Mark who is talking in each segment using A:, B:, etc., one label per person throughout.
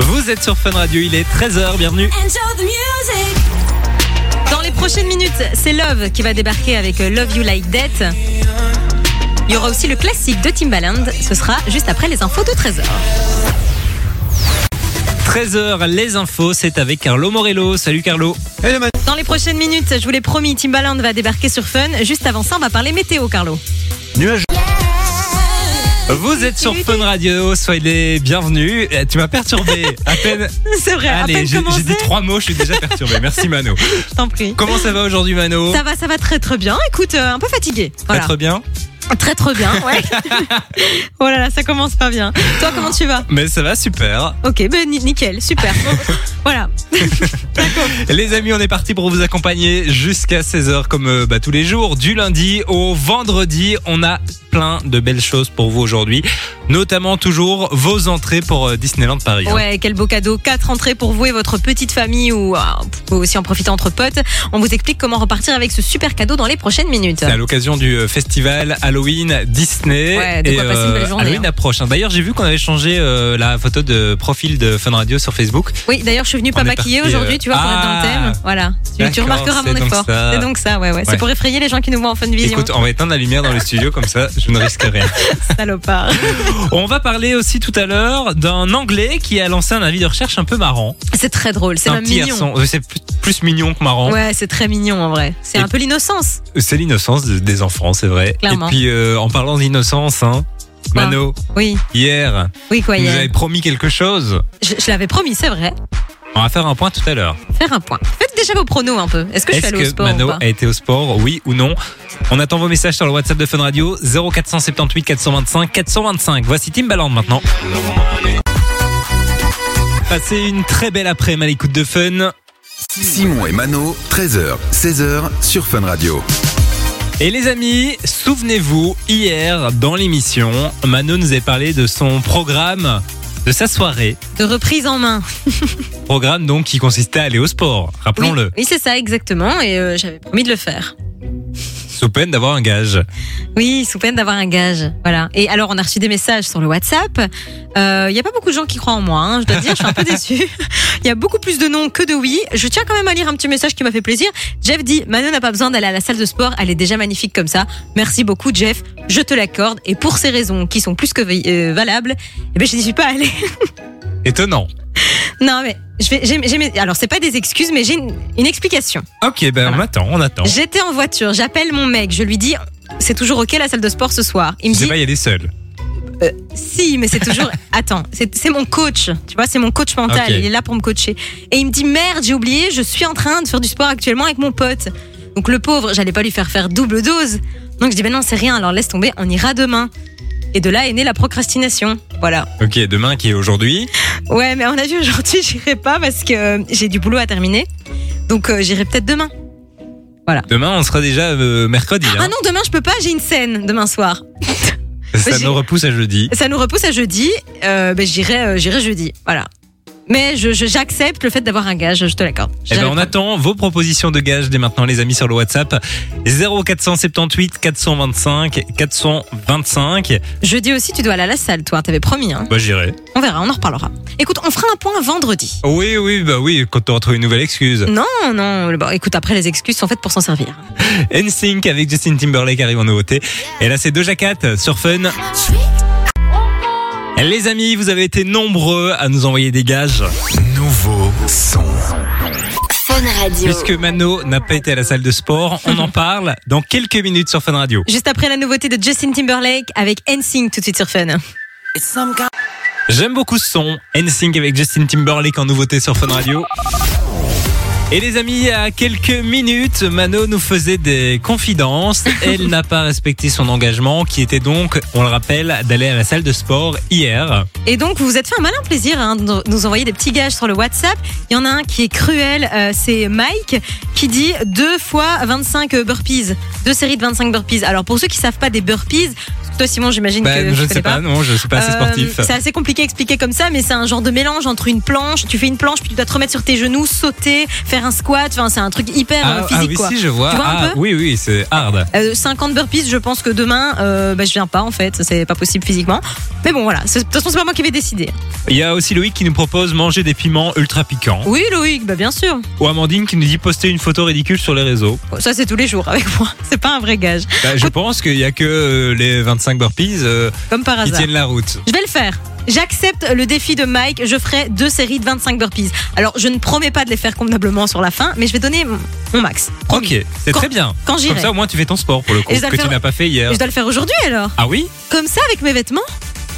A: Vous êtes sur Fun Radio, il est 13h, bienvenue.
B: Enjoy the music.
C: Dans les prochaines minutes, c'est Love qui va débarquer avec euh, Love You Like That. Il y aura aussi le classique de Timbaland. Ce sera juste après les infos de 13h.
A: 13h, les infos, c'est avec Carlo Morello. Salut Carlo.
C: Dans les prochaines minutes, je vous l'ai promis, Timbaland va débarquer sur Fun. Juste avant ça, on va parler météo, Carlo.
D: Nuage.
A: Vous êtes sur Fun Radio, soyez les bienvenus. Eh, Tu m'as perturbé à peine.
C: C'est vrai, à
A: Allez,
C: peine
A: j'ai j'ai
C: commencé.
A: dit trois mots, je suis déjà perturbé. Merci Mano.
C: Je t'en prie.
A: Comment ça va aujourd'hui Mano
C: Ça va, ça va très très bien. Écoute, euh, un peu fatigué. Voilà.
A: Être bien
C: Très très bien, ouais. oh là là, ça commence pas bien. Toi, comment tu vas
A: Mais ça va super.
C: Ok, ben ni- nickel, super. voilà.
A: Les amis, on est parti pour vous accompagner jusqu'à 16h comme euh, bah, tous les jours. Du lundi au vendredi, on a plein de belles choses pour vous aujourd'hui. Notamment toujours vos entrées pour euh, Disneyland Paris. hein.
C: Ouais, quel beau cadeau. Quatre entrées pour vous et votre petite famille ou euh, vous pouvez aussi en profiter entre potes. On vous explique comment repartir avec ce super cadeau dans les prochaines minutes.
A: C'est à l'occasion du euh, festival Halloween Disney.
C: Ouais, de quoi passer une belle journée,
A: Halloween
C: hein.
A: approche. hein. D'ailleurs, j'ai vu qu'on avait changé euh, la photo de profil de Fun Radio sur Facebook.
C: Oui, d'ailleurs, je suis venue
A: On
C: pas
A: est
C: maquillée
A: parti,
C: aujourd'hui, tu vois, pour être dans le
A: ah.
C: thème. Voilà. Tu, tu
A: D'accord,
C: remarqueras
A: c'est
C: mon
A: donc
C: effort.
A: ça.
C: C'est donc ça, ouais, ouais.
A: Ouais.
C: C'est pour effrayer les gens qui nous voient en fin de vision.
A: Écoute, on va éteindre la lumière dans le studio comme ça, je ne risque rien.
C: Salopard.
A: On va parler aussi tout à l'heure d'un Anglais qui a lancé un avis de recherche un peu marrant.
C: C'est très drôle, c'est
A: un
C: même
A: petit
C: mignon.
A: garçon. Euh, C'est plus, plus mignon que marrant.
C: Ouais, c'est très mignon en vrai. C'est
A: Et-
C: un peu l'innocence.
A: C'est l'innocence de- des enfants, c'est vrai.
C: Clairement.
A: Et puis, euh, en parlant d'innocence, hein,
C: Quoi
A: Mano,
C: Oui,
A: hier,
C: oui, quoi.
A: vous
C: il y a-
A: avez promis quelque chose.
C: Je, je l'avais promis, c'est vrai.
A: On va faire un point tout à l'heure.
C: Faire un point. Faites déjà vos pronos un peu. Est-ce que je suis
A: Est-ce
C: allée au
A: que
C: sport
A: Mano
C: ou pas
A: a été au sport, oui ou non On attend vos messages sur le WhatsApp de Fun Radio 0478 425 425. Voici Timbaland maintenant. Passez une très belle après-midi à l'écoute de Fun.
D: Simon et Mano, 13h, 16h sur Fun Radio.
A: Et les amis, souvenez-vous, hier dans l'émission, Mano nous a parlé de son programme, de sa soirée.
C: De reprise en main.
A: Programme donc qui consistait à aller au sport,
C: Oui,
A: rappelons-le,
C: oui, c'est ça, exactement. Et euh, j'avais promis de le faire.
A: sous peine d'avoir un gage.
C: Oui, sous peine d'avoir un gage. Voilà. Et alors, on a reçu des messages sur le WhatsApp. Il n'y a pas beaucoup de gens qui croient en moi, hein, je dois dire, je suis un peu déçue. Il y a beaucoup plus de non que de oui. Je tiens quand même à lire un petit message qui m'a fait plaisir. Jeff dit Manon n'a pas besoin d'aller à la salle de sport, elle est déjà magnifique comme ça. Merci beaucoup, Jeff, je te l'accorde. Et pour ces raisons qui sont plus que ve- euh, valables, eh ben, je n'y suis pas allée.
A: Étonnant.
C: non, mais je vais, j'ai- j'ai mes- alors, c'est pas des excuses, mais j'ai une- une explication.
A: Ok, ben on
C: Voilà.
A: attend, on attend. Je
C: J'étais en voiture, j'appelle mon mec, je lui dis c'est toujours ok la salle de sport ce soir. Il me
A: sais
C: dit
A: pas, il y a des seuls.
C: si, mais c'est toujours attends, c'est c'est mon coach, tu vois, c'est mon coach mental,
A: Ok.
C: il est là pour me coacher. Et il me dit merde, j'ai oublié, je suis en train de faire du sport actuellement avec mon pote. Donc le pauvre, j'allais pas lui faire faire double dose. Donc je dis ben non, c'est rien, alors laisse tomber, on ira demain. Et de là est née la procrastination. Voilà.
A: Ok, demain qui est aujourd'hui.
C: Ouais, mais on a vu aujourd'hui, j'irai pas parce que euh, j'ai du boulot à terminer. Donc euh, j'irai peut-être demain.
A: Demain, on sera déjà euh, mercredi. hein.
C: Ah non, demain je peux pas, j'ai une scène demain soir.
A: Ça
C: j'ai-
A: nous repousse à jeudi.
C: Ça nous repousse à jeudi. Euh, ben, j'irai, euh, j'irai jeudi. Voilà. Mais je- je- j'accepte le fait d'avoir un gage, je te l'accorde.
A: Eh ben,
C: J'avais
A: on
C: pas-
A: attend vos propositions de gages dès maintenant, les amis, sur le WhatsApp 0478 425 425.
C: Jeudi aussi, tu dois aller à la salle, toi. T'avais promis. Hein.
A: Bah, j'irai.
C: On verra, on en reparlera. Écoute, on fera un point vendredi.
A: Oui, oui, bah oui, quand on trouvé une nouvelle excuse.
C: Non, non. Bon, écoute, après, les excuses sont faites pour s'en servir.
A: NSYNC avec Justin Timberlake arrive en nouveauté. Et là, c'est Doja Cat sur Fun. Les amis, vous avez été nombreux à nous envoyer des gages.
D: Nouveau son.
B: Fun Radio.
A: Puisque Mano n'a pas été à la salle de sport, on en parle dans quelques minutes sur Fun Radio.
C: Juste après la nouveauté de Justin Timberlake avec NSYNC tout de suite sur Fun.
A: J'aime beaucoup ce son. NSYNC avec Justin Timberlake en nouveauté sur Fun Radio. Et les amis, à quelques minutes, Mano nous faisait des confidences. Elle n'a pas respecté son engagement, qui était donc, on le rappelle, d'aller à la salle de sport hier.
C: Et donc, vous vous êtes fait un malin plaisir hein, de nous envoyer des petits gages sur le WhatsApp. Il y en a un qui est cruel, euh, c'est Mike, qui dit euh, deux fois 25 burpees, deux séries de 25 burpees. Alors, pour ceux qui savent pas des burpees, Toi, Simon, j'imagine
A: Ben,
C: que
A: je ne
C: tu
A: sais
C: connais
A: pas, non, je ne suis pas assez
C: Euh,
A: sportif. Ah,
C: c'est assez compliqué à expliquer comme ça, mais c'est un genre de mélange entre une planche. Tu fais une planche, puis tu dois te remettre sur tes genoux, sauter, faire un squat. Enfin, c'est un truc hyper
A: ah,
C: euh,
A: ah
C: physique,
A: oui,
C: quoi.
A: si, je vois.
C: Tu vois un
A: ah,
C: peu
A: oui, oui, c'est hard.
C: Euh, 50 burpees, je pense que demain, euh, bah, je viens pas en fait, c'est pas possible physiquement. Mais bon, voilà. C'est- De toute façon, c'est pas moi qui vais décider.
A: Il y a aussi Loïc qui nous propose manger des piments ultra piquants.
C: Oui, Loïc,
A: ben,
C: bah bien sûr.
A: Ou Amandine qui nous dit poster une photo ridicule sur les réseaux.
C: Ça, c'est tous les jours avec moi. C'est pas un vrai gage,
A: Bah, je pense qu'il n'y a que euh, les 25 burpees euh,
C: comme par
A: qui
C: hasard.
A: tiennent la route.
C: Je vais le faire. J'accepte le défi de Mike. Je ferai deux séries de 25 burpees. Alors, je ne promets pas de les faire convenablement sur la fin, mais je vais donner mon mon max. Promis.
A: Ok, c'est
C: Quand-
A: très bien.
C: Quand
A: Comme
C: j'irai.
A: ça, au moins, tu fais ton sport pour le coup,
C: Et je dois
A: que
C: le
A: tu
C: faire-
A: n'as pas fait hier.
C: Je dois le faire aujourd'hui alors
A: Ah oui
C: Comme ça avec mes vêtements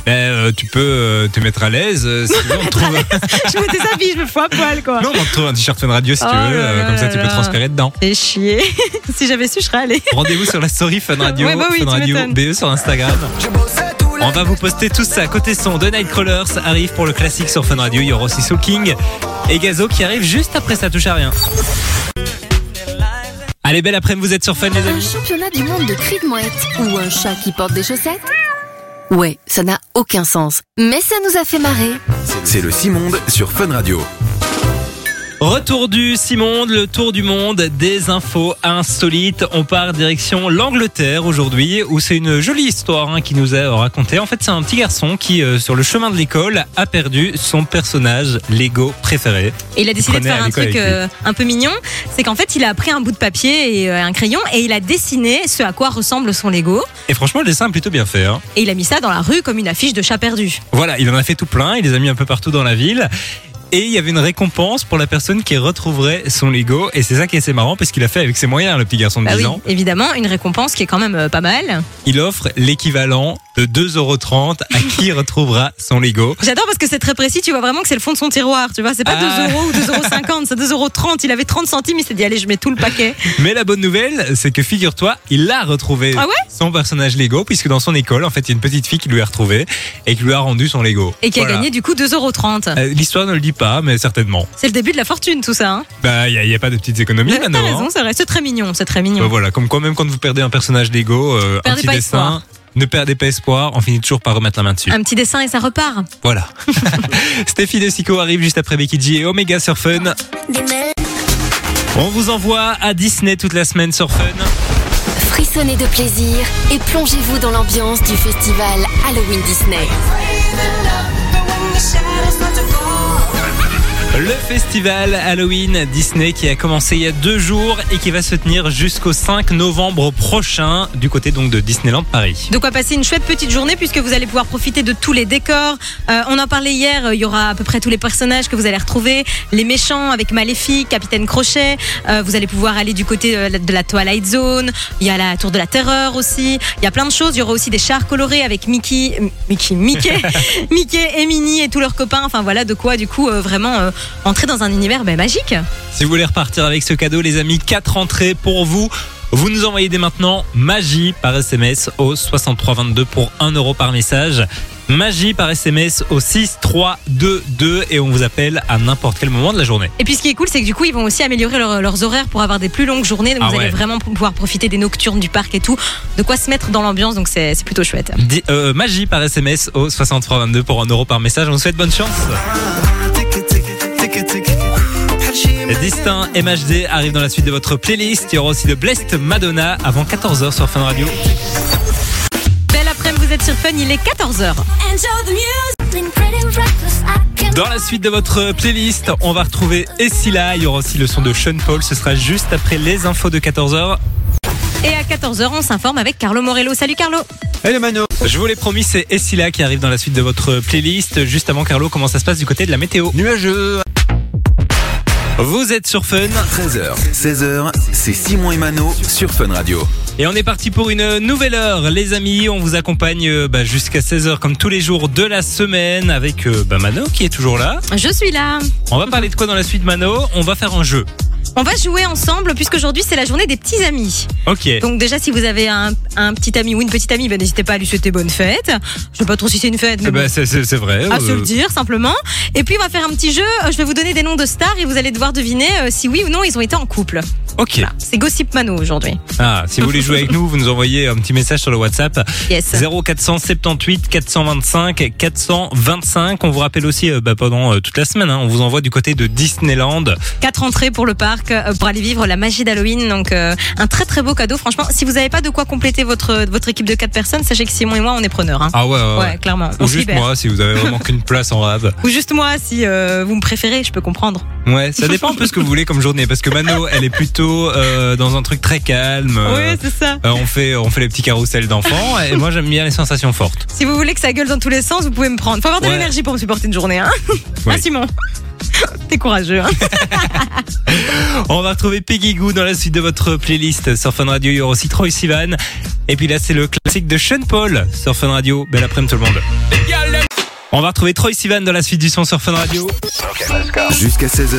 A: Ben, euh, Tu peux euh, te mettre à l'aise. euh, sinon, on te trouve...
C: Je me déshabille, je me fous à poil quoi.
A: Non, mais on te trouve un t-shirt Fun Radio si tu
C: Oh
A: veux.
C: là
A: euh,
C: là
A: comme ça,
C: là
A: tu peux
C: là.
A: transpirer dedans.
C: Fais chier. si j'avais su, je serais allée.
A: Rendez-vous sur la story Fun Radio,
C: Ouais, bah oui,
A: Fun
C: tu
A: Radio
C: m'étonnes.
A: BE sur Instagram. On va vous poster tout ça. Côté son, The Nightcrawlers arrive pour le classique sur Fun Radio. Il y aura aussi So King et Gazo qui arrive juste après ça touche à rien. Allez, belle après-midi, vous êtes sur Fun, les
B: Un
A: amis.
B: championnat du monde de cris de mouette ou un chat qui porte des chaussettes Ouais, ça n'a aucun sens. Mais ça nous a fait marrer.
D: C'est le Simonde sur Fun Radio.
A: Retour du Simonde, le tour du monde des infos insolites. On part direction l'Angleterre aujourd'hui où c'est une jolie histoire hein, qui nous est racontée. En fait, c'est un petit garçon qui, euh, sur le chemin de l'école, a perdu son personnage Lego préféré.
C: Et il a décidé de
A: prenait à
C: faire un
A: l'école
C: truc
A: avec lui.
C: euh, un peu mignon. C'est qu'en fait, il a pris un bout de papier et euh, un crayon et il a dessiné ce à quoi ressemble son Lego.
A: Et franchement, le dessin est plutôt bien fait. hein.
C: Et il a mis ça dans la rue comme une affiche de chat perdu.
A: Voilà, il en a fait tout plein, il les a mis un peu partout dans la ville. Et il y avait une récompense pour la personne qui retrouverait son Lego. Et c'est ça qui est assez marrant parce qu'il a fait avec ses moyens, le petit garçon de
C: Bah
A: 10
C: oui,
A: ans.
C: évidemment, une récompense qui est quand même euh, pas mal.
A: Il offre l'équivalent de 2,30€ à qui retrouvera son Lego.
C: J'adore parce que c'est très précis, tu vois vraiment que c'est le fond de son tiroir, tu vois. C'est pas
A: Ah.
C: 2 euros ou 2,50 euros, c'est 2,30 euros. Il avait 30 centimes, il s'est dit, allez, je mets tout le paquet.
A: Mais la bonne nouvelle, c'est que figure-toi, il a retrouvé
C: Ah ouais
A: son personnage Lego, puisque dans son école, en fait, il y a une petite fille qui lui a retrouvé et qui lui a rendu son Lego.
C: Et qui a
A: Voilà.
C: gagné du coup 2,30 euros.
A: Euh, L'histoire ne le dit pas, mais certainement.
C: C'est le début de la fortune, tout ça. Hein.
A: Bah, il n'y a, pas de petites économies
C: T'as
A: maintenant. hein.
C: raison, c'est vrai. C'est très mignon, c'est très mignon.
A: Bah voilà, comme quoi même quand vous perdez un personnage Lego, euh, un
C: Perdez
A: petit
C: pas
A: dessin,
C: espoir. Ah.
A: ne perdez pas espoir, on finit toujours par remettre la main dessus.
C: Un petit dessin et ça repart.
A: Voilà. Stéphie de Sico arrive juste après Becky G et Omega sur Fun. On vous envoie à Disney toute la semaine sur Fun.
B: Frissonnez de plaisir et plongez-vous dans l'ambiance du festival Halloween Disney.
A: Le festival Halloween Disney qui a commencé il y a deux jours et qui va se tenir jusqu'au 5 novembre prochain du côté donc de Disneyland Paris.
C: De quoi passer une chouette petite journée puisque vous allez pouvoir profiter de tous les décors. Euh, on en parlait hier, euh, il y aura à peu près tous les personnages que vous allez retrouver. Les méchants avec Maléfique, Capitaine Crochet. Euh, vous allez pouvoir aller du côté euh, de la Twilight Zone. Il y a la Tour de la Terreur aussi. Il y a plein de choses. Il y aura aussi des chars colorés avec Mickey, euh, Mickey, Mickey, Mickey et Minnie et tous leurs copains. Enfin voilà de quoi du coup euh, vraiment euh, entrer dans un univers ben, magique.
A: Si vous voulez repartir avec ce cadeau les amis, quatre entrées pour vous. Vous nous envoyez dès maintenant magie par SMS au 6322 pour 1 euro par message. Magie par SMS au 6322 et on vous appelle à n'importe quel moment de la journée.
C: Et puis ce qui est cool, c'est que du coup, ils vont aussi améliorer leur- leurs horaires pour avoir des plus longues journées. Donc
A: Ah
C: vous
A: ouais.
C: allez vraiment pouvoir profiter des nocturnes du parc et tout. De quoi se mettre dans l'ambiance, donc c'est c'est plutôt chouette.
A: Di- euh, magie par SMS au 6322 pour 1 euro par message. On vous souhaite bonne chance. Distin MHD arrive dans la suite de votre playlist. Il y aura aussi de Blessed Madonna avant 14h sur Fun Radio.
C: Belle après-midi, vous êtes sur Fun, il est 14h.
A: Dans la suite de votre playlist, on va retrouver Essila. Il y aura aussi le son de Sean Paul. Ce sera juste après les infos de 14h.
C: Et à 14h, on s'informe avec Carlo Morello. Salut Carlo
A: Je vous l'ai promis, c'est Essila qui arrive dans la suite de votre playlist. Juste avant Carlo, comment ça se passe du côté de la météo
D: Nuageux.
A: Vous êtes sur Fun
D: 13h, 16h, c'est Simon et Mano sur Fun Radio.
A: et on est parti pour une nouvelle heure, les amis. On vous accompagne euh, bah, jusqu'à 16h comme tous les jours de la semaine avec euh, bah, Mano qui est toujours là.
C: Je suis là.
A: On va parler de quoi dans la suite, Mano On va faire un jeu.
C: On va jouer ensemble puisqu'aujourd'hui, c'est la journée des petits amis.
A: Ok.
C: Donc déjà, si vous avez un, un petit ami ou une petite amie, ben, n'hésitez pas à lui souhaiter bonne fête. Je sais pas trop si c'est une fête, mais
A: Eh
C: bon.
A: ben, c'est- c'est c'est vrai.
C: à
A: euh,
C: se Ah, le dire simplement. Et puis on va faire un petit jeu. Euh, Je vais vous donner des noms de stars et vous allez devoir deviner euh, si oui ou non ils ont été en couple.
A: Ok.
C: C'est Gossip Mano aujourd'hui.
A: Ah, si vous voulez jouer avec nous, vous nous envoyez un petit message sur le WhatsApp
C: Yes.
A: 0478 425 425. On vous rappelle aussi euh, bah, pendant euh, toute la semaine, hein, on vous envoie du côté de Disneyland.
C: Quatre entrées pour le parc euh, pour aller vivre la magie d'Halloween. Donc euh, un très très beau cadeau. Franchement, si vous n'avez pas de quoi compléter votre votre équipe de quatre personnes, sachez que Simon et moi on est preneurs. Hein.
A: Ah ouais, ouais, ouais.
C: ouais, clairement.
A: Ou
C: on se
A: juste
C: libère.
A: moi, si vous avez vraiment qu'une place en rave.
C: Ou juste moi, si euh, vous me préférez, je peux comprendre.
A: Ouais, ça dépend un peu ce que vous voulez comme journée. Parce que Mano, elle est plutôt euh, dans un truc très calme. euh,
C: Oui, c'est ça.
A: euh, on fait, on fait les petits carousels d'enfants. Et moi, j'aime bien les sensations fortes.
C: Si vous voulez que ça gueule dans tous les sens, vous pouvez me prendre. Faut avoir de
A: Ouais.
C: l'énergie pour me supporter une journée. Hein
A: Oui.
C: Ah, Simon T'es courageux. Hein
A: On va retrouver Peggy Goo dans la suite de votre playlist sur Fun Radio. Il y aura aussi Troy Sivan. Et puis là, c'est le classique de Sean Paul sur Fun Radio. Belle après-midi tout le monde. On va retrouver Troy Sivan dans la suite du son sur Fun Radio.
D: Jusqu'à 16h,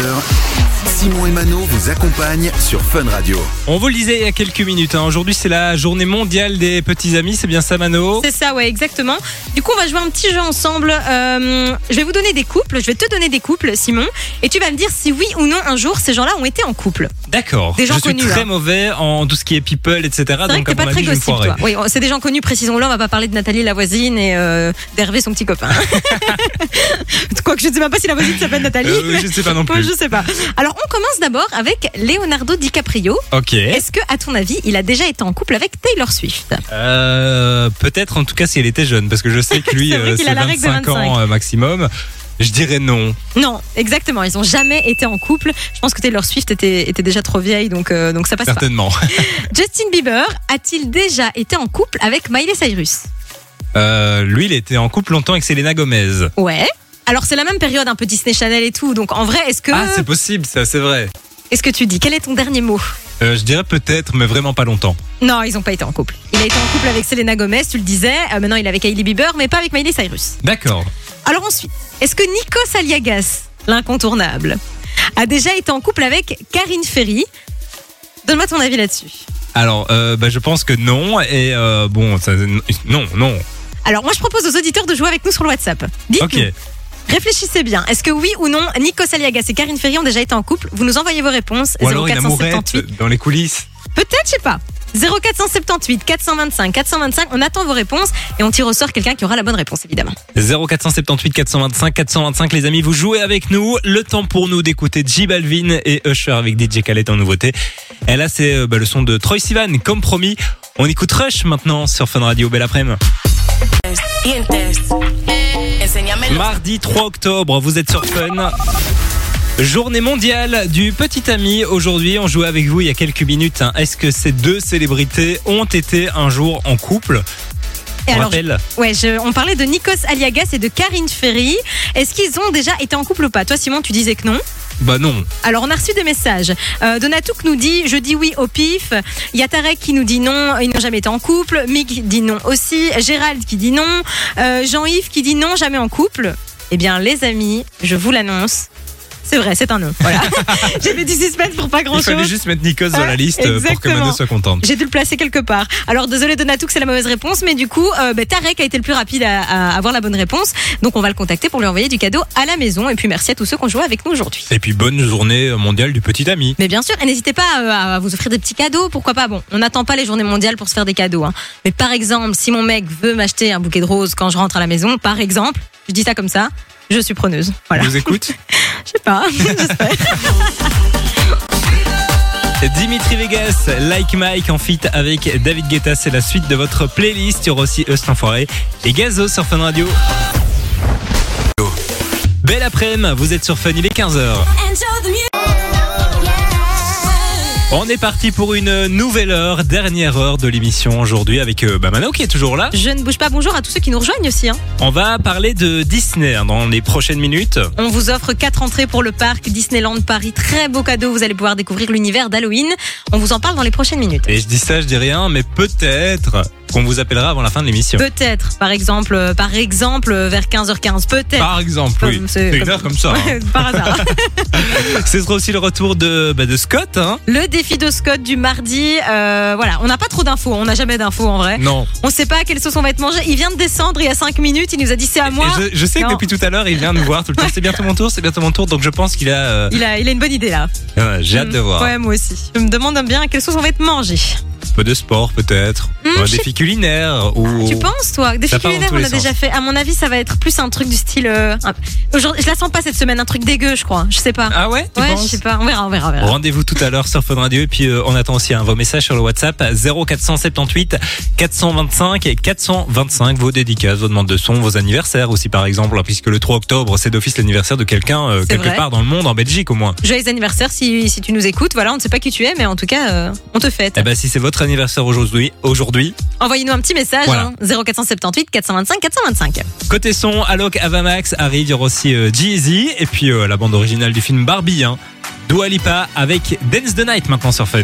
D: Simon et Mano vous accompagnent sur Fun Radio.
A: On vous le disait il y a quelques minutes. hein. Aujourd'hui, c'est la journée mondiale des petits amis. C'est bien ça, Mano
C: C'est ça, ouais, exactement. Du coup, on va jouer un petit jeu ensemble. Euh, je vais vous donner des couples. Je vais te donner des couples, Simon. Et tu vas me dire si oui ou non, un jour, ces gens-là ont été en couple.
A: Ah, D'accord.
C: Des gens
A: Je suis
C: connus,
A: très
C: hein.
A: mauvais en tout ce qui est people, etc.
C: C'est vrai
A: donc,
C: que t'es
A: à
C: pas
A: mon
C: très
A: avis, je vais me
C: gossip,
A: foirer.
C: toi. Oui, c'est des gens connus, précisons-le. On va pas parler de Nathalie, la voisine, et euh, d'Hervé, son petit copain. Quoique, je ne sais même pas si la voisine s'appelle Nathalie.
A: Euh, oui, je ne sais pas non
C: Ouais,
A: plus.
C: je sais pas. Alors, on commence d'abord avec Leonardo DiCaprio.
A: Ok.
C: Est-ce que, à ton avis, il a déjà été en couple avec Taylor Swift
A: Euh, Peut-être, en tout cas, si elle était jeune, parce que je sais que lui,
C: C'est vrai
A: euh,
C: qu'il
A: c'est
C: a la règle de Ah,
A: 25 ans euh, maximum. Je dirais non.
C: Non, exactement. Ils ont jamais été en couple. Je pense que Taylor Swift était, était déjà trop vieille, donc, euh, donc ça passe pas.
A: Certainement.
C: Justin Bieber a-t-il déjà été en couple avec Miley Cyrus
A: Euh, lui, il était en couple longtemps avec Selena Gomez.
C: Ouais. Alors c'est la même période, un peu Disney Channel et tout. Donc en vrai, est-ce que
A: Ah, c'est possible, ça, c'est vrai.
C: est-ce que tu dis quel est ton dernier mot
A: Euh, je dirais peut-être, mais vraiment pas longtemps.
C: Non, ils ont pas été en couple. Il a été en couple avec Selena Gomez, tu le disais. Euh, maintenant, il est avec Hailey Bieber, mais pas avec Miley Cyrus.
A: D'accord.
C: Alors ensuite, est-ce que Nikos Aliagas, l'incontournable, a déjà été en couple avec Karine Ferry Donne-moi ton avis là-dessus.
A: Alors, euh, bah, je pense que non. Et euh, bon, ça- non, non.
C: Alors moi je propose aux auditeurs de jouer avec nous sur le WhatsApp. Dites-nous,
A: Ok.
C: réfléchissez bien. Est-ce que oui ou non, Nico Aliagas et Karine Ferry ont déjà été en couple Vous nous envoyez vos réponses.
A: Ou alors une
C: 0478.
A: amourette euh. dans les coulisses.
C: Peut-être, je sais pas. 0478 425 425. On attend vos réponses et on tire au sort quelqu'un qui aura la bonne réponse évidemment.
A: 0478 425 425 les amis vous jouez avec nous le temps pour nous d'écouter J Balvin et Usher avec DJ Khaled en nouveauté et là c'est euh, bah, le son de Troy Sivan comme promis on écoute Rush maintenant sur Fun Radio belle après-midi
E: dientes. Enséñame los
A: mardi 3 octobre vous êtes sur Fun Journée mondiale du petit ami. Aujourd'hui, on jouait avec vous il y a quelques minutes. hein. Est-ce que ces deux célébrités ont été un jour en couple
C: Et
A: On
C: alors,
A: rappelle,
C: ouais, je- on parlait de Nikos Aliagas et de Karine Ferry. Est-ce qu'ils ont déjà été en couple ou pas Toi Simon, tu disais que non.
A: bah non.
C: Alors on a reçu des messages. Euh, Donatouk nous dit je dis oui au pif. Il y a Tarek qui nous dit non, ils n'ont jamais été en couple. Mick dit non aussi. Gérald qui dit non. Euh, Jean-Yves qui dit non, jamais en couple. Eh bien les amis, je vous l'annonce. C'est vrai, c'est un non. Voilà. J'ai fait du suspense pour pas
A: Il fallait
C: grand-chose.
A: juste mettre Nikos dans la liste euh, pour que
C: Ah, Exactement.
A: Mano soit contente.
C: J'ai dû le placer quelque part. Alors désolé Donatouk, c'est la mauvaise réponse, mais du coup, euh, ben, Tarek a été le plus rapide à, à avoir la bonne réponse. Donc on va le contacter pour lui envoyer du cadeau à la maison. Et puis merci à tous ceux qui ont joué avec nous aujourd'hui.
A: Et puis bonne journée mondiale du petit ami.
C: Mais bien sûr, et n'hésitez pas euh, à, à vous offrir des petits cadeaux, pourquoi pas. Bon, on n'attend pas les journées mondiales pour se faire des cadeaux. hein. Mais par exemple, si mon mec veut m'acheter un bouquet de roses quand je rentre à la maison, par exemple, je dis ça comme ça, je suis preneuse. Voilà.
A: Je vous écoute.
C: Je sais pas.
A: Dimitri Vegas, Like Mike en feat avec David Guetta, c'est la suite de votre playlist. Il y aura aussi Eust l'Enfoiré et Gazo sur Fun Radio. Belle après-midi, vous êtes sur Fun, il est 15h. On est parti pour une nouvelle heure, dernière heure de l'émission aujourd'hui avec euh, bah, Mano qui est toujours là.
C: je ne bouge pas. Bonjour à tous ceux qui nous rejoignent aussi. hein.
A: On va parler de Disney hein, dans les prochaines minutes.
C: On vous offre quatre entrées pour le parc Disneyland Paris. Très beau cadeau. Vous allez pouvoir découvrir l'univers d'Halloween. On vous en parle dans les prochaines minutes.
A: Et je dis ça, je dis rien, mais peut-être qu'on vous appellera avant la fin de l'émission.
C: Peut-être, par exemple, euh, par exemple, euh, vers 15h15, peut-être.
A: Par exemple, Ah, oui.
C: Comme c'est-
A: C'est une
C: comme-
A: heure comme ça. hein.
C: par hasard.
A: Ce sera aussi le retour de, bah, de Scott. Hein
C: Le défi de Scott du mardi, euh, voilà, on n'a pas trop d'infos, on n'a jamais d'infos en vrai.
A: non.
C: On sait pas à quelle sauce on va être mangé. Il vient de descendre il y a 5 minutes, il nous a dit c'est à moi.
A: Et je, je sais
C: Non.
A: que depuis tout à l'heure, il vient nous voir tout le temps. C'est bientôt mon tour, c'est bientôt mon tour. Donc je pense qu'il a. euh,
C: Il a, il a une bonne idée là.
A: euh, J'ai hâte de
C: Mm.
A: voir.
C: Ouais, moi aussi. Je me demande bien à quelle sauce on va être mangé.
A: Un peu de sport peut-être.
C: Hmm,
A: Ou un
C: je sais- Ah,
A: défi culinaire. Ou...
C: Tu penses, toi Des
A: Oh. Ça part dans
C: culinaires,
A: tous
C: on
A: les
C: a déjà
A: sens.
C: fait. À mon avis, ça va être plus un truc du style. euh, un- Aujourd'hui, je la sens pas cette semaine, un truc dégueu, je crois. Je sais pas.
A: Ah ouais tu
C: ouais,
A: penses
C: je sais pas. On verra, on verra, on verra.
A: Rendez-vous tout à l'heure sur Fun Radio et puis euh, on attend aussi hein, vos messages sur le WhatsApp 0478 425 et 425 vos dédicaces, vos demandes de son, vos anniversaires aussi par exemple hein, puisque le 3 octobre c'est d'office l'anniversaire de quelqu'un euh,
C: C'est
A: quelque
C: vrai.
A: part dans le monde en Belgique au moins.
C: Joyeux anniversaire si, si tu nous écoutes. Voilà, on ne sait pas qui tu es, mais en tout cas, euh, on te fête.
A: Eh ben si c'est votre anniversaire aujourd'hui, aujourd'hui
C: Envoyez-nous un petit message
A: Voilà.
C: hein, 0478 425 425.
A: côté son Alok Avamax arrive, il y aura aussi euh, Jeezy et puis euh, la bande originale du film Barbie hein. Dua Lipa avec Dance the Night maintenant sur Fun.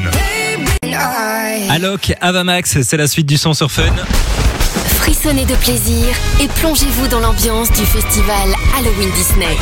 A: Alok Avamax, c'est la suite du son sur Fun.
B: Frissonnez de plaisir et plongez-vous dans l'ambiance du festival Halloween Disney.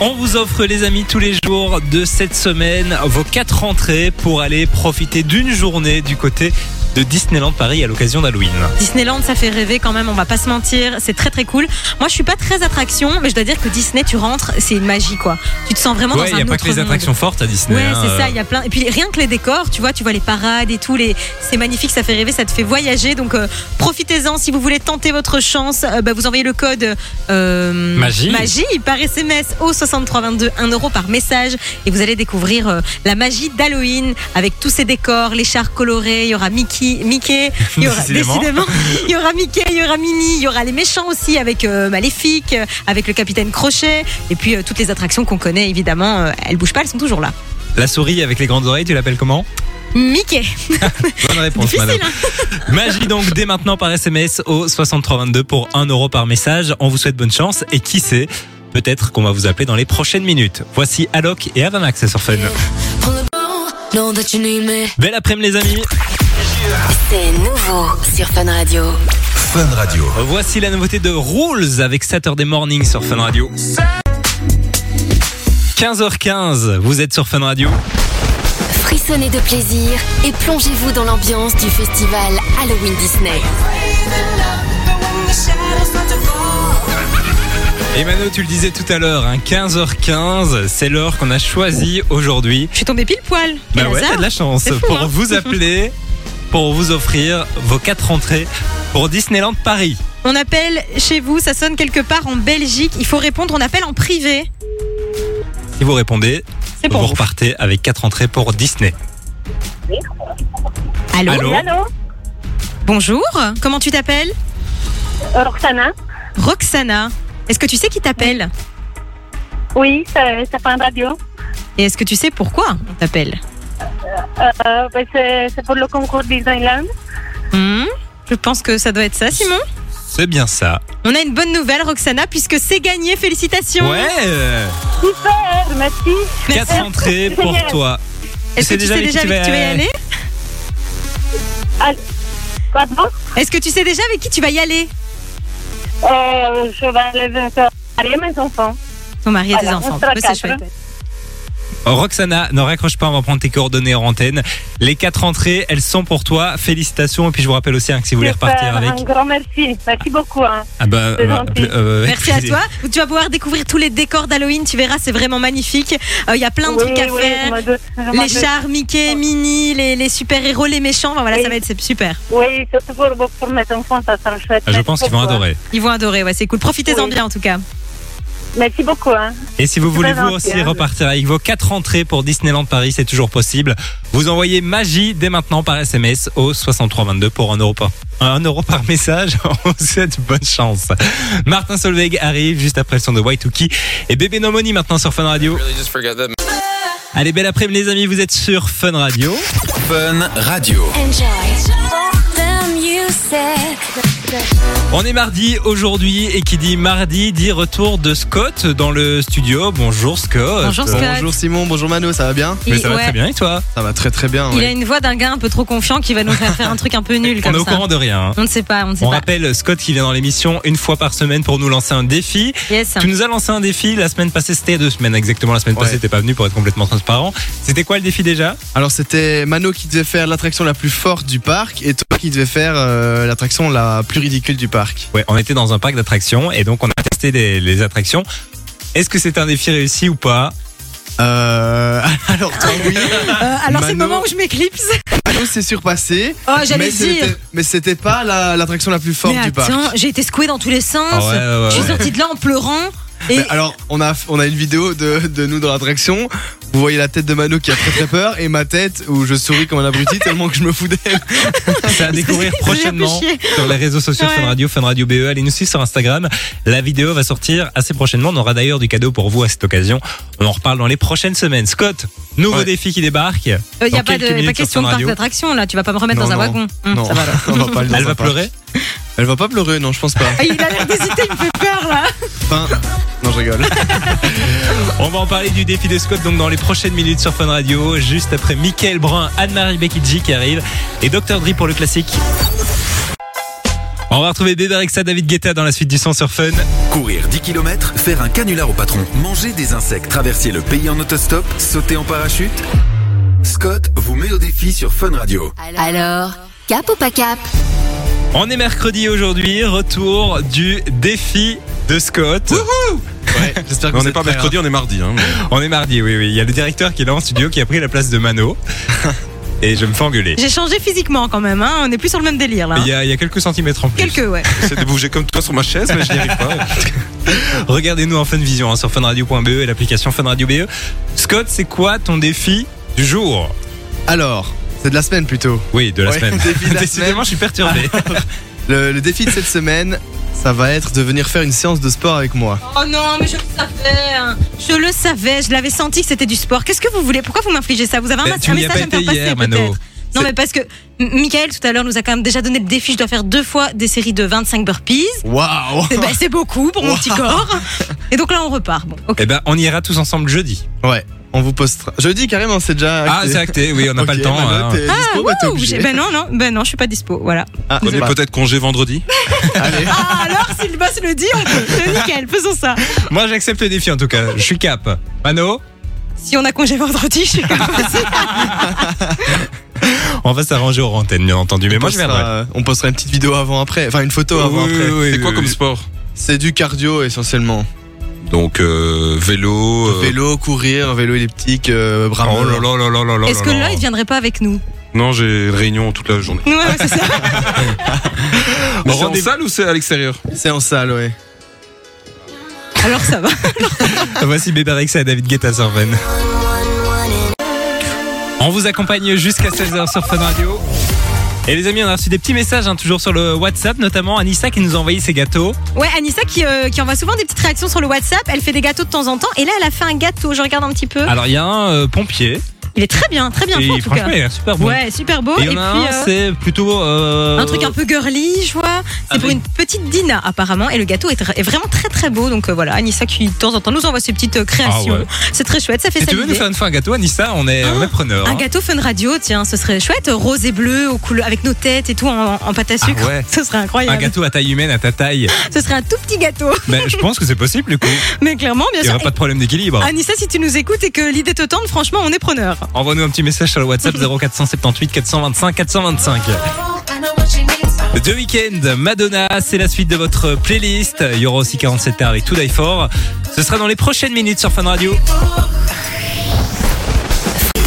A: On vous offre les amis tous les jours de cette semaine vos quatre entrées pour aller profiter d'une journée du côté de Disneyland Paris à l'occasion d'Halloween.
C: Disneyland, ça fait rêver quand même, on va pas se mentir, c'est très très cool. Moi, je suis pas très attraction, mais je dois dire que Disney, tu rentres, c'est une magie quoi. Tu te sens vraiment
A: Ouais,
C: dans
A: il
C: un
A: n'y a
C: autre
A: pas que les
C: monde.
A: attractions fortes à Disney.
C: Ouais,
A: hein,
C: c'est
A: euh,
C: ça, il y a plein. Et puis rien que les décors, tu vois, tu vois les parades et tout, les... c'est magnifique, ça fait rêver, ça te fait voyager. Donc euh, profitez-en si vous voulez tenter votre chance. euh, bah, vous envoyez le code euh,
A: Magie.
C: par SMS au 6322, 1 euro par message. Et vous allez découvrir euh, la magie d'Halloween avec tous ces décors, les chars colorés. Il y aura Mickey, Mickey il y aura,
A: Décidément.
C: décidément, il y aura Mickey, il y aura Minnie, il y aura les méchants aussi avec euh, Maléfique, euh, avec le capitaine Crochet. Et puis euh, toutes les attractions qu'on connaît, évidemment, euh, elles bougent pas, elles sont toujours là.
A: euh, La souris avec les grandes oreilles, tu l'appelles comment
C: Mickey.
A: Bonne réponse,
C: Difficile, hein.
A: madame. Magie donc dès maintenant par SMS au 6322 pour 1 euro par message. On vous souhaite bonne chance et qui sait, peut-être qu'on va vous appeler dans les prochaines minutes. Voici Alok et Avamax sur Fun. Belle après-midi les amis.
B: C'est nouveau sur Fun Radio.
D: Fun Radio.
A: Voici la nouveauté de Rules avec Saturday Morning sur Fun Radio. 15h15, vous êtes sur Fun Radio.
B: Frissonnez de plaisir et plongez-vous dans l'ambiance du festival Halloween Disney.
A: Et Mano, tu le disais tout à l'heure, hein, 15h15, c'est l'heure qu'on a choisie aujourd'hui.
C: Je suis tombée pile poil. Quel
A: Bah ouais,
C: hasard.
A: t'as de la chance
C: C'est fou,
A: pour
C: hein.
A: vous appeler, pour vous offrir vos quatre entrées pour Disneyland Paris.
C: On appelle chez vous, ça sonne quelque part en Belgique. Il faut répondre, on appelle en privé.
A: Si vous répondez,
C: C'est
A: vous
C: bon.
A: repartez avec quatre entrées pour Disney.
C: Allô,
A: Allô
F: Allô,
C: Bonjour, comment tu t'appelles
F: euh, Roxana
C: Roxana. Est-ce que tu sais qui t'appelle
F: Oui, c'est c'est Fun Radio.
C: Et est-ce que tu sais pourquoi on t'appelle
F: Euh, ben, c'est c'est pour le concours Disneyland.
C: Hmm, Je pense que ça doit être ça, Simon.
A: C'est bien ça.
C: On a une bonne nouvelle, Roxana, puisque c'est gagné. Félicitations.
A: Ouais
F: Super, Euh, merci.
A: Quatre entrées pour
F: Génial.
A: toi.
C: Est-ce que tu sais
A: avec
C: déjà
A: qui
C: avec qui tu vas y aller
F: Pardon
C: Est-ce que tu sais déjà avec qui tu vas y aller
F: euh, Je vais aller marier mes enfants.
C: Ton mari et tes
F: Voilà, on
C: enfants.
F: sera
C: Ouais, C'est
F: quatre.
C: chouette.
A: Roxana, ne raccroche pas, on va prendre tes coordonnées en antenne. Les quatre entrées, elles sont pour toi. Félicitations. Et puis je vous rappelle aussi hein, que si vous voulez
F: Super,
A: repartir avec.
F: Un grand merci. Merci beaucoup. hein.
A: Ah bah, euh,
F: c'est
A: bah,
F: gentil.
A: euh, avec
C: Merci à
A: plaisir.
C: toi. Tu vas pouvoir découvrir tous les décors d'Halloween. Tu verras, c'est vraiment magnifique. Euh, Il y a plein de
F: Oui,
C: trucs à
F: oui, je
C: faire.
F: me doute, je me
C: Les
F: doute.
C: chars, Mickey, Minnie, les, les super-héros, les méchants. Enfin, voilà,
F: Oui.
C: ça va être c'est super.
F: Oui, surtout pour, pour mes enfants, ça sera chouette.
A: Ah, Je
F: Merci
A: pense qu'ils vont
F: beaucoup, hein.
A: adorer.
C: Ils vont adorer. Ouais, c'est cool. Profitez-en
F: Oui.
C: bien, en tout cas.
F: hein. Merci beaucoup. hein.
A: Et si vous
F: C'est
A: voulez
F: pas
A: vous
F: gentil,
A: aussi
F: hein.
A: repartir avec vos quatre entrées pour Disneyland Paris, c'est toujours possible. Vous envoyez magie dès maintenant par SMS au 6322 pour 1 euro par, 1 euro par message. On vous souhaite bonne chance. Martin Solveig arrive juste après le son de Y2K et Bébé No Money maintenant sur Fun Radio. Allez, belle après-midi les amis, vous êtes sur Fun Radio.
D: Fun Radio.
B: Enjoy.
A: On est mardi aujourd'hui et qui dit mardi dit retour de Scott dans le studio. Bonjour Scott.
C: Bonjour Scott.
G: Euh, Bonjour Simon, bonjour Mano, ça va bien
A: Mais
C: Il-
A: ça va
C: ouais.
A: très bien et toi
G: Ça va très très bien.
C: Il
G: ouais.
C: a une voix d'un gars un peu trop confiant qui va nous faire faire un truc un peu nul
A: On
C: comme
A: est au
C: ça.
A: courant de rien. hein.
C: On ne sait pas, on ne sait
A: On
C: pas.
A: rappelle Scott qui vient dans l'émission une fois par semaine pour nous lancer un défi.
C: Yes.
A: Tu nous as lancé un défi la semaine passée, c'était il y a deux semaines exactement. La semaine
G: Ouais.
A: passée, t'es pas venu pour être complètement transparent. C'était quoi le défi déjà
G: Alors c'était Mano qui devait faire l'attraction la plus forte du parc et toi qui devais faire euh, l'attraction la plus ridicule du parc.
A: Ouais, on était dans un parc d'attractions et donc on a testé les, les attractions. Est-ce que c'est un défi réussi ou pas
G: Euh, alors toi oui,
C: Euh, alors c'est le
G: Manon-
C: moment où je m'éclipse.
G: Mano s'est surpassé.
C: Oh, j'allais
G: mais
C: dire.
G: c'était- Mais c'était pas la- l'attraction la plus forte
C: Mais
G: du parc.
C: attends, j'ai été secouée dans tous les sens.
A: Ah ouais, ouais, ouais,
C: je suis
A: ouais.
C: sortie de là en pleurant. Et
G: Mais alors on a on a une vidéo de, de nous dans l'attraction. Vous voyez la tête de Mano qui a très très peur et ma tête où je souris comme un abruti tellement que je me fous d'elle.
A: C'est à découvrir
C: Ça lui a fait
A: prochainement
C: chier.
A: sur les réseaux sociaux
C: Ouais.
A: Fun Radio, Fun Radio BE. Allez nous suivre sur Instagram. La vidéo va sortir assez prochainement. On aura d'ailleurs du cadeau pour vous à cette occasion. On en reparle dans les prochaines semaines. Scott, nouveau
G: Ouais.
A: défi qui débarque.
C: il n'y
A: Dans
C: a pas, de,
A: quelques
C: Euh, y a pas
A: minutes sur
C: question
A: Fun
C: de parc
A: Radio.
C: d'attraction là, tu vas pas me remettre
G: Non,
C: dans un
G: non.
C: wagon. Hum,
G: non,
C: ça va.
G: on va pas aller dans
A: Elle
G: un
A: va
G: parc.
A: pleurer.
G: Elle va pas pleurer, non, je pense pas.
C: Ah, il a l'air d'hésiter, il me fait peur là.
G: Enfin, non, je rigole.
A: On va en parler du défi de Scott donc dans les prochaines minutes sur Fun Radio, juste après Mickaël Brun, Anne-Marie Beckidji qui arrive et Dr Dre pour le classique. On va retrouver Bébé Rexa, David Guetta dans la suite du son sur Fun.
D: Courir 10 km, faire un canular au patron, manger des insectes, traverser le pays en autostop, sauter en parachute. Scott vous met au défi sur Fun Radio.
B: Alors, cap ou pas cap
A: On est mercredi aujourd'hui, retour du défi de Scott.
G: Ouais, j'espère
H: Mais
G: que
H: on
G: vous
H: n'est
G: êtes
H: pas
G: prêts,
H: mercredi, on est mardi. hein, mais-
A: On est mardi, oui, oui. Il y a le directeur qui est là en studio qui a pris la place de Mano. Et je me fais engueuler.
C: J'ai changé physiquement quand même, hein. on n'est plus sur le même délire là.
A: Il y, a, il y a quelques centimètres en plus.
C: Quelques, ouais.
H: J'essaie de bouger comme toi sur ma chaise, mais je n'y arrive pas.
A: Regardez-nous en Fun Vision hein, sur funradio.be et l'application Fun Radio BE. Scott, c'est quoi ton défi du jour
G: hein. Alors, c'est de la semaine plutôt.
A: Oui, de la
G: Ouais,
A: semaine.
G: défi de la
A: Décidément,
G: semaine.
A: je suis perturbé.
G: Le, le défi de cette semaine, ça va être de venir faire une séance de sport avec moi.
C: Oh non, mais je le savais. hein. Je le savais, je l'avais senti que c'était du sport. Qu'est-ce que vous voulez Pourquoi vous m'infligez ça Vous avez un,
A: Ben,
C: mas-
A: tu
C: un
A: m'y as
C: message à me
A: pas
C: faire
A: été
C: passer
A: hier,
C: peut-être.
A: Mano.
C: Non, mais parce que M- Michael tout à l'heure nous a quand même déjà donné le défi. Je dois faire deux fois des séries de 25 burpees.
G: Waouh
C: Eh ben, c'est beaucoup pour mon petit corps. Et donc là, on repart. Bon, ok.
A: Eh ben, on ira tous ensemble jeudi.
G: Ouais, on vous postera. Jeudi carrément, c'est déjà.
A: Ah, c'est acté, oui, on n'a pas le temps. hein.
G: ah,
C: Ouh, j'ai- ben non, non, ben non, je suis pas dispo. Voilà.
G: Ah,
H: On est peut-être congé vendredi.
G: Allez,
C: Ah, alors si le boss le dit, on peut. C'est Nickel, faisons ça.
A: Moi, j'accepte le défi en tout cas. Je suis cap. Mano,
C: Si on a congé vendredi, je suis comme aussi.
A: on va s'arranger aux antennes, bien entendu. Mais moi, je
G: postera-
A: viendrai.
G: On postera une petite vidéo avant après, enfin une photo avant
A: Oui,
G: après.
A: oui, oui,
H: C'est quoi
A: oui,
H: comme
A: oui.
H: sport
G: C'est du cardio essentiellement.
H: Donc euh, vélo. euh,
G: Vélo, courir, vélo elliptique, euh, bras
H: Oh là
G: molles.
H: là là là là là
C: Est-ce que là, il viendrait pas avec nous
H: Non, j'ai réunion toute la journée.
C: Ouais, ouais, c'est ça.
H: Mais c'est en
A: Rendez-vous-
H: salle ou c'est à l'extérieur
G: C'est en salle, ouais.
C: Alors ça va.
A: Ah, Voici Bébé Rexa et David Guetta sur Fun. On vous accompagne jusqu'à 16h sur Fun Radio. Et les amis, on a reçu des petits messages, hein, toujours sur le WhatsApp, notamment Anissa qui nous a envoyé ses gâteaux.
C: Ouais, Anissa qui, euh, qui envoie souvent des petites réactions sur le WhatsApp. Elle fait des gâteaux de temps en temps. Et là, elle a fait un gâteau. Je regarde un petit peu.
A: Alors, il y a un euh, pompier.
C: Il est très bien, très bien
A: et
C: fait en tout
A: franchement,
C: cas.
A: il a l'air super bon.
C: Ouais, super beau.
A: Et
C: Et,
A: il y en a
C: puis.
A: un,
C: euh,
A: c'est plutôt. euh,
C: Un truc un peu girly, je vois. C'est pour
A: avec-
C: une petite Dina, apparemment. Et le gâteau est, tr- est vraiment très très beau. Donc euh, voilà, Anissa qui, de temps en temps, nous envoie ses petites euh, créations.
A: Ah ouais.
C: C'est très chouette, ça fait
A: Si tu veux nous
C: saliver.
A: faire une fois un gâteau, Anissa, on est, on est preneur.
C: Ah, Un
A: hein.
C: gâteau fun radio, tiens, ce serait chouette. Rose et bleu, aux couleurs, avec nos têtes et tout, en, en pâte à sucre.
A: Ah ouais.
C: Ce serait
A: Un
C: incroyable.
A: gâteau à taille humaine, à ta taille.
C: Ce serait un tout petit gâteau.
A: ben, je pense que c'est possible du coup.
C: Mais clairement, bien
A: Il n'y
C: sûr.
A: aura pas de problème d'équilibre.
C: Anissa, si tu nous écoutes et que l'idée te tente, franchement, on est preneur.
I: Bah.
A: Envoie-nous un petit message sur le WhatsApp 0478 425 425. The Weeknd, Madonna, c'est la suite de votre playlist. Il y aura aussi 47 terres avec tout Die For. Ce sera dans les prochaines minutes sur Fun Radio.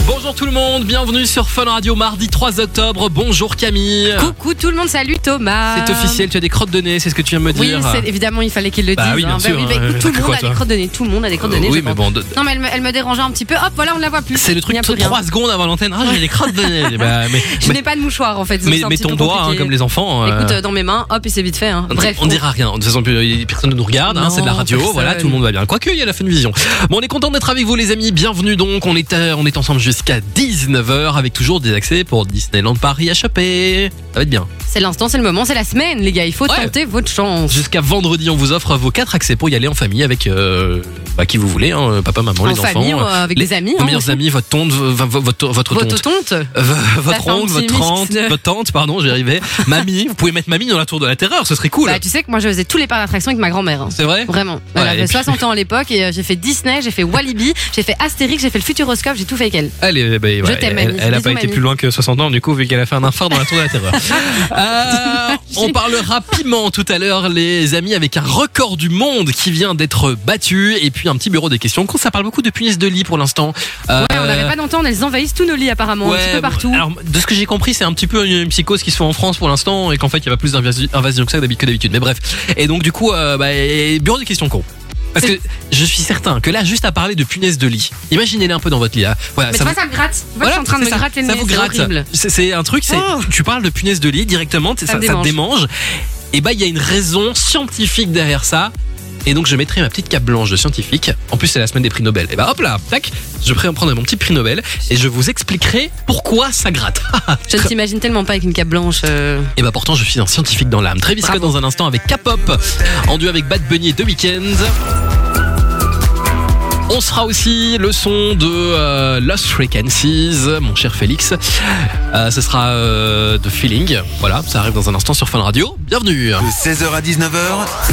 J: Bonjour tout le monde, bienvenue sur Fun Radio mardi 3 octobre. Bonjour Camille.
I: Coucou tout le monde, salut Thomas.
J: C'est officiel, tu as des crottes de nez, c'est ce que tu viens de me
I: Euh. Oui,
J: dire.
I: c'est- évidemment, il fallait qu'il le dise.
J: Bah oui, bien
I: hein.
J: sûr,
I: oui, bah,
J: hein,
I: écoute, tout
J: que
I: le monde
J: quoi,
I: a
J: toi
I: des crottes de nez, tout le monde a des crottes de nez.
J: Euh, oui,
I: je
J: mais
I: pense.
J: bon, de-
I: Non, mais elle me, elle me dérangeait un petit peu. Hop, voilà, on la voit plus.
J: c'est le truc
I: Il y a
J: de
I: plus rien.
J: 3 secondes avant l'antenne. Ah, j'ai des crottes de nez. Bah, mais
I: Je n'ai pas de mouchoir en fait. donc
J: mais-
I: c'est un
J: mets
I: petit
J: ton
I: peu
J: doigt hein,
I: compliqué.
J: comme les enfants. euh,
I: Écoute, euh, dans mes mains, hop, et c'est vite fait. hein.
J: on-
I: Bref.
J: on dira rien. De toute façon, plus- personne ne nous regarde. hein,
I: Non,
J: c'est de la radio.
I: personne.
J: Voilà, tout le monde va bien. Quoique, il y a la Fun Vision. Bon, on est content d'être avec vous, les amis. Bienvenue donc. On est, euh, on est ensemble jusqu'à 19h avec toujours des accès pour Disneyland Paris à choper. Ça va être bien.
I: C'est l'instant, c'est le moment, c'est la semaine, les gars. Il faut tenter votre chance.
J: Jusqu'à vendredi, on vous offre vos quatre accès pour y aller en famille avec euh, bah, qui vous voulez, hein, papa, maman,
I: En
J: les
I: famille,
J: enfants.
I: ou avec
J: les
I: des amis,
J: Vos
I: hein,
J: meilleurs
I: aussi.
J: amis, votre tonte, v- v- votre, votre tonte.
I: Votre tonte
J: Euh, votre
I: fait un
J: oncle,
I: petit
J: votre
I: mix
J: tante,
I: de-
J: votre tante, pardon, j'y arrivais. Mamie, vous pouvez mettre mamie dans la tour de la terreur, ce serait cool.
I: Bah, tu sais que moi, je faisais tous les parcs d'attraction avec ma grand-mère. hein.
J: C'est vrai
I: Vraiment. Elle
J: Ouais, et
I: avait
J: puis-
I: 60 ans à l'époque et euh, j'ai fait Disney, j'ai fait Walibi, j'ai fait Astérix, j'ai fait le Futuroscope, j'ai tout fait avec elle.
J: Elle, est- bah, ouais,
I: t'aime,
J: elle,
I: mamie.
J: elle a
I: Bisous,
J: pas été
I: mamie.
J: plus loin que 60 ans, du coup, vu qu'elle a fait un infart dans la tour de la terreur. Euh, on parlera piment tout à l'heure, les amis, avec un record du monde qui vient d'être battu et puis un petit bureau des questions. Ça parle beaucoup de punaises de lit pour l'instant. Euh,
I: Ouais, on n'avait pas d'entendre, elles envahissent tous nos lits apparemment, un
J: ouais,
I: petit peu
J: bon,
I: partout.
J: Alors, de ce que j'ai compris, c'est un petit peu une psychose qui se fait en France pour l'instant et qu'en fait, il y a plus d'invasi- d'invasion que ça d'habitude- que d'habitude. Mais bref. Et donc, du coup, euh, bah, et- bureau des questions con. Parce que je suis certain que là, juste à parler de punaises de lit, imaginez-les un peu dans votre lit. là. Voilà,
I: Mais tu
J: ça
I: vois,
J: vous-
I: ça me gratte. Tu vois,
J: Voilà,
I: je suis en train de me
J: c'est ça,
I: gratter le
J: ça
I: nez,
J: vous
I: c'est
J: gratte.
I: horrible.
J: C'est c'est un truc, c'est
I: Oh.
J: tu parles de punaise de lit directement, ça,
I: me
J: ça te
I: démange.
J: démange. Et bah il y a une raison scientifique derrière ça. Et donc je mettrai ma petite cape blanche de scientifique. En plus c'est la semaine des prix Nobel. Et bah hop là, tac, je vais prendre mon petit prix Nobel et je vous expliquerai pourquoi ça gratte.
I: Je ne t'imagine tellement pas avec une cape blanche. euh.
J: et bah pourtant je suis un scientifique dans l'âme. Travis Scott dans un instant avec K-pop, en duo avec Bad Bunny et The Weeknd. On sera aussi le son de euh, Lost Frequencies, mon cher Félix. Euh, ce sera euh, de Feeling. Voilà, ça arrive dans un instant sur Fun Radio. Bienvenue.
D: De 16h à 19h,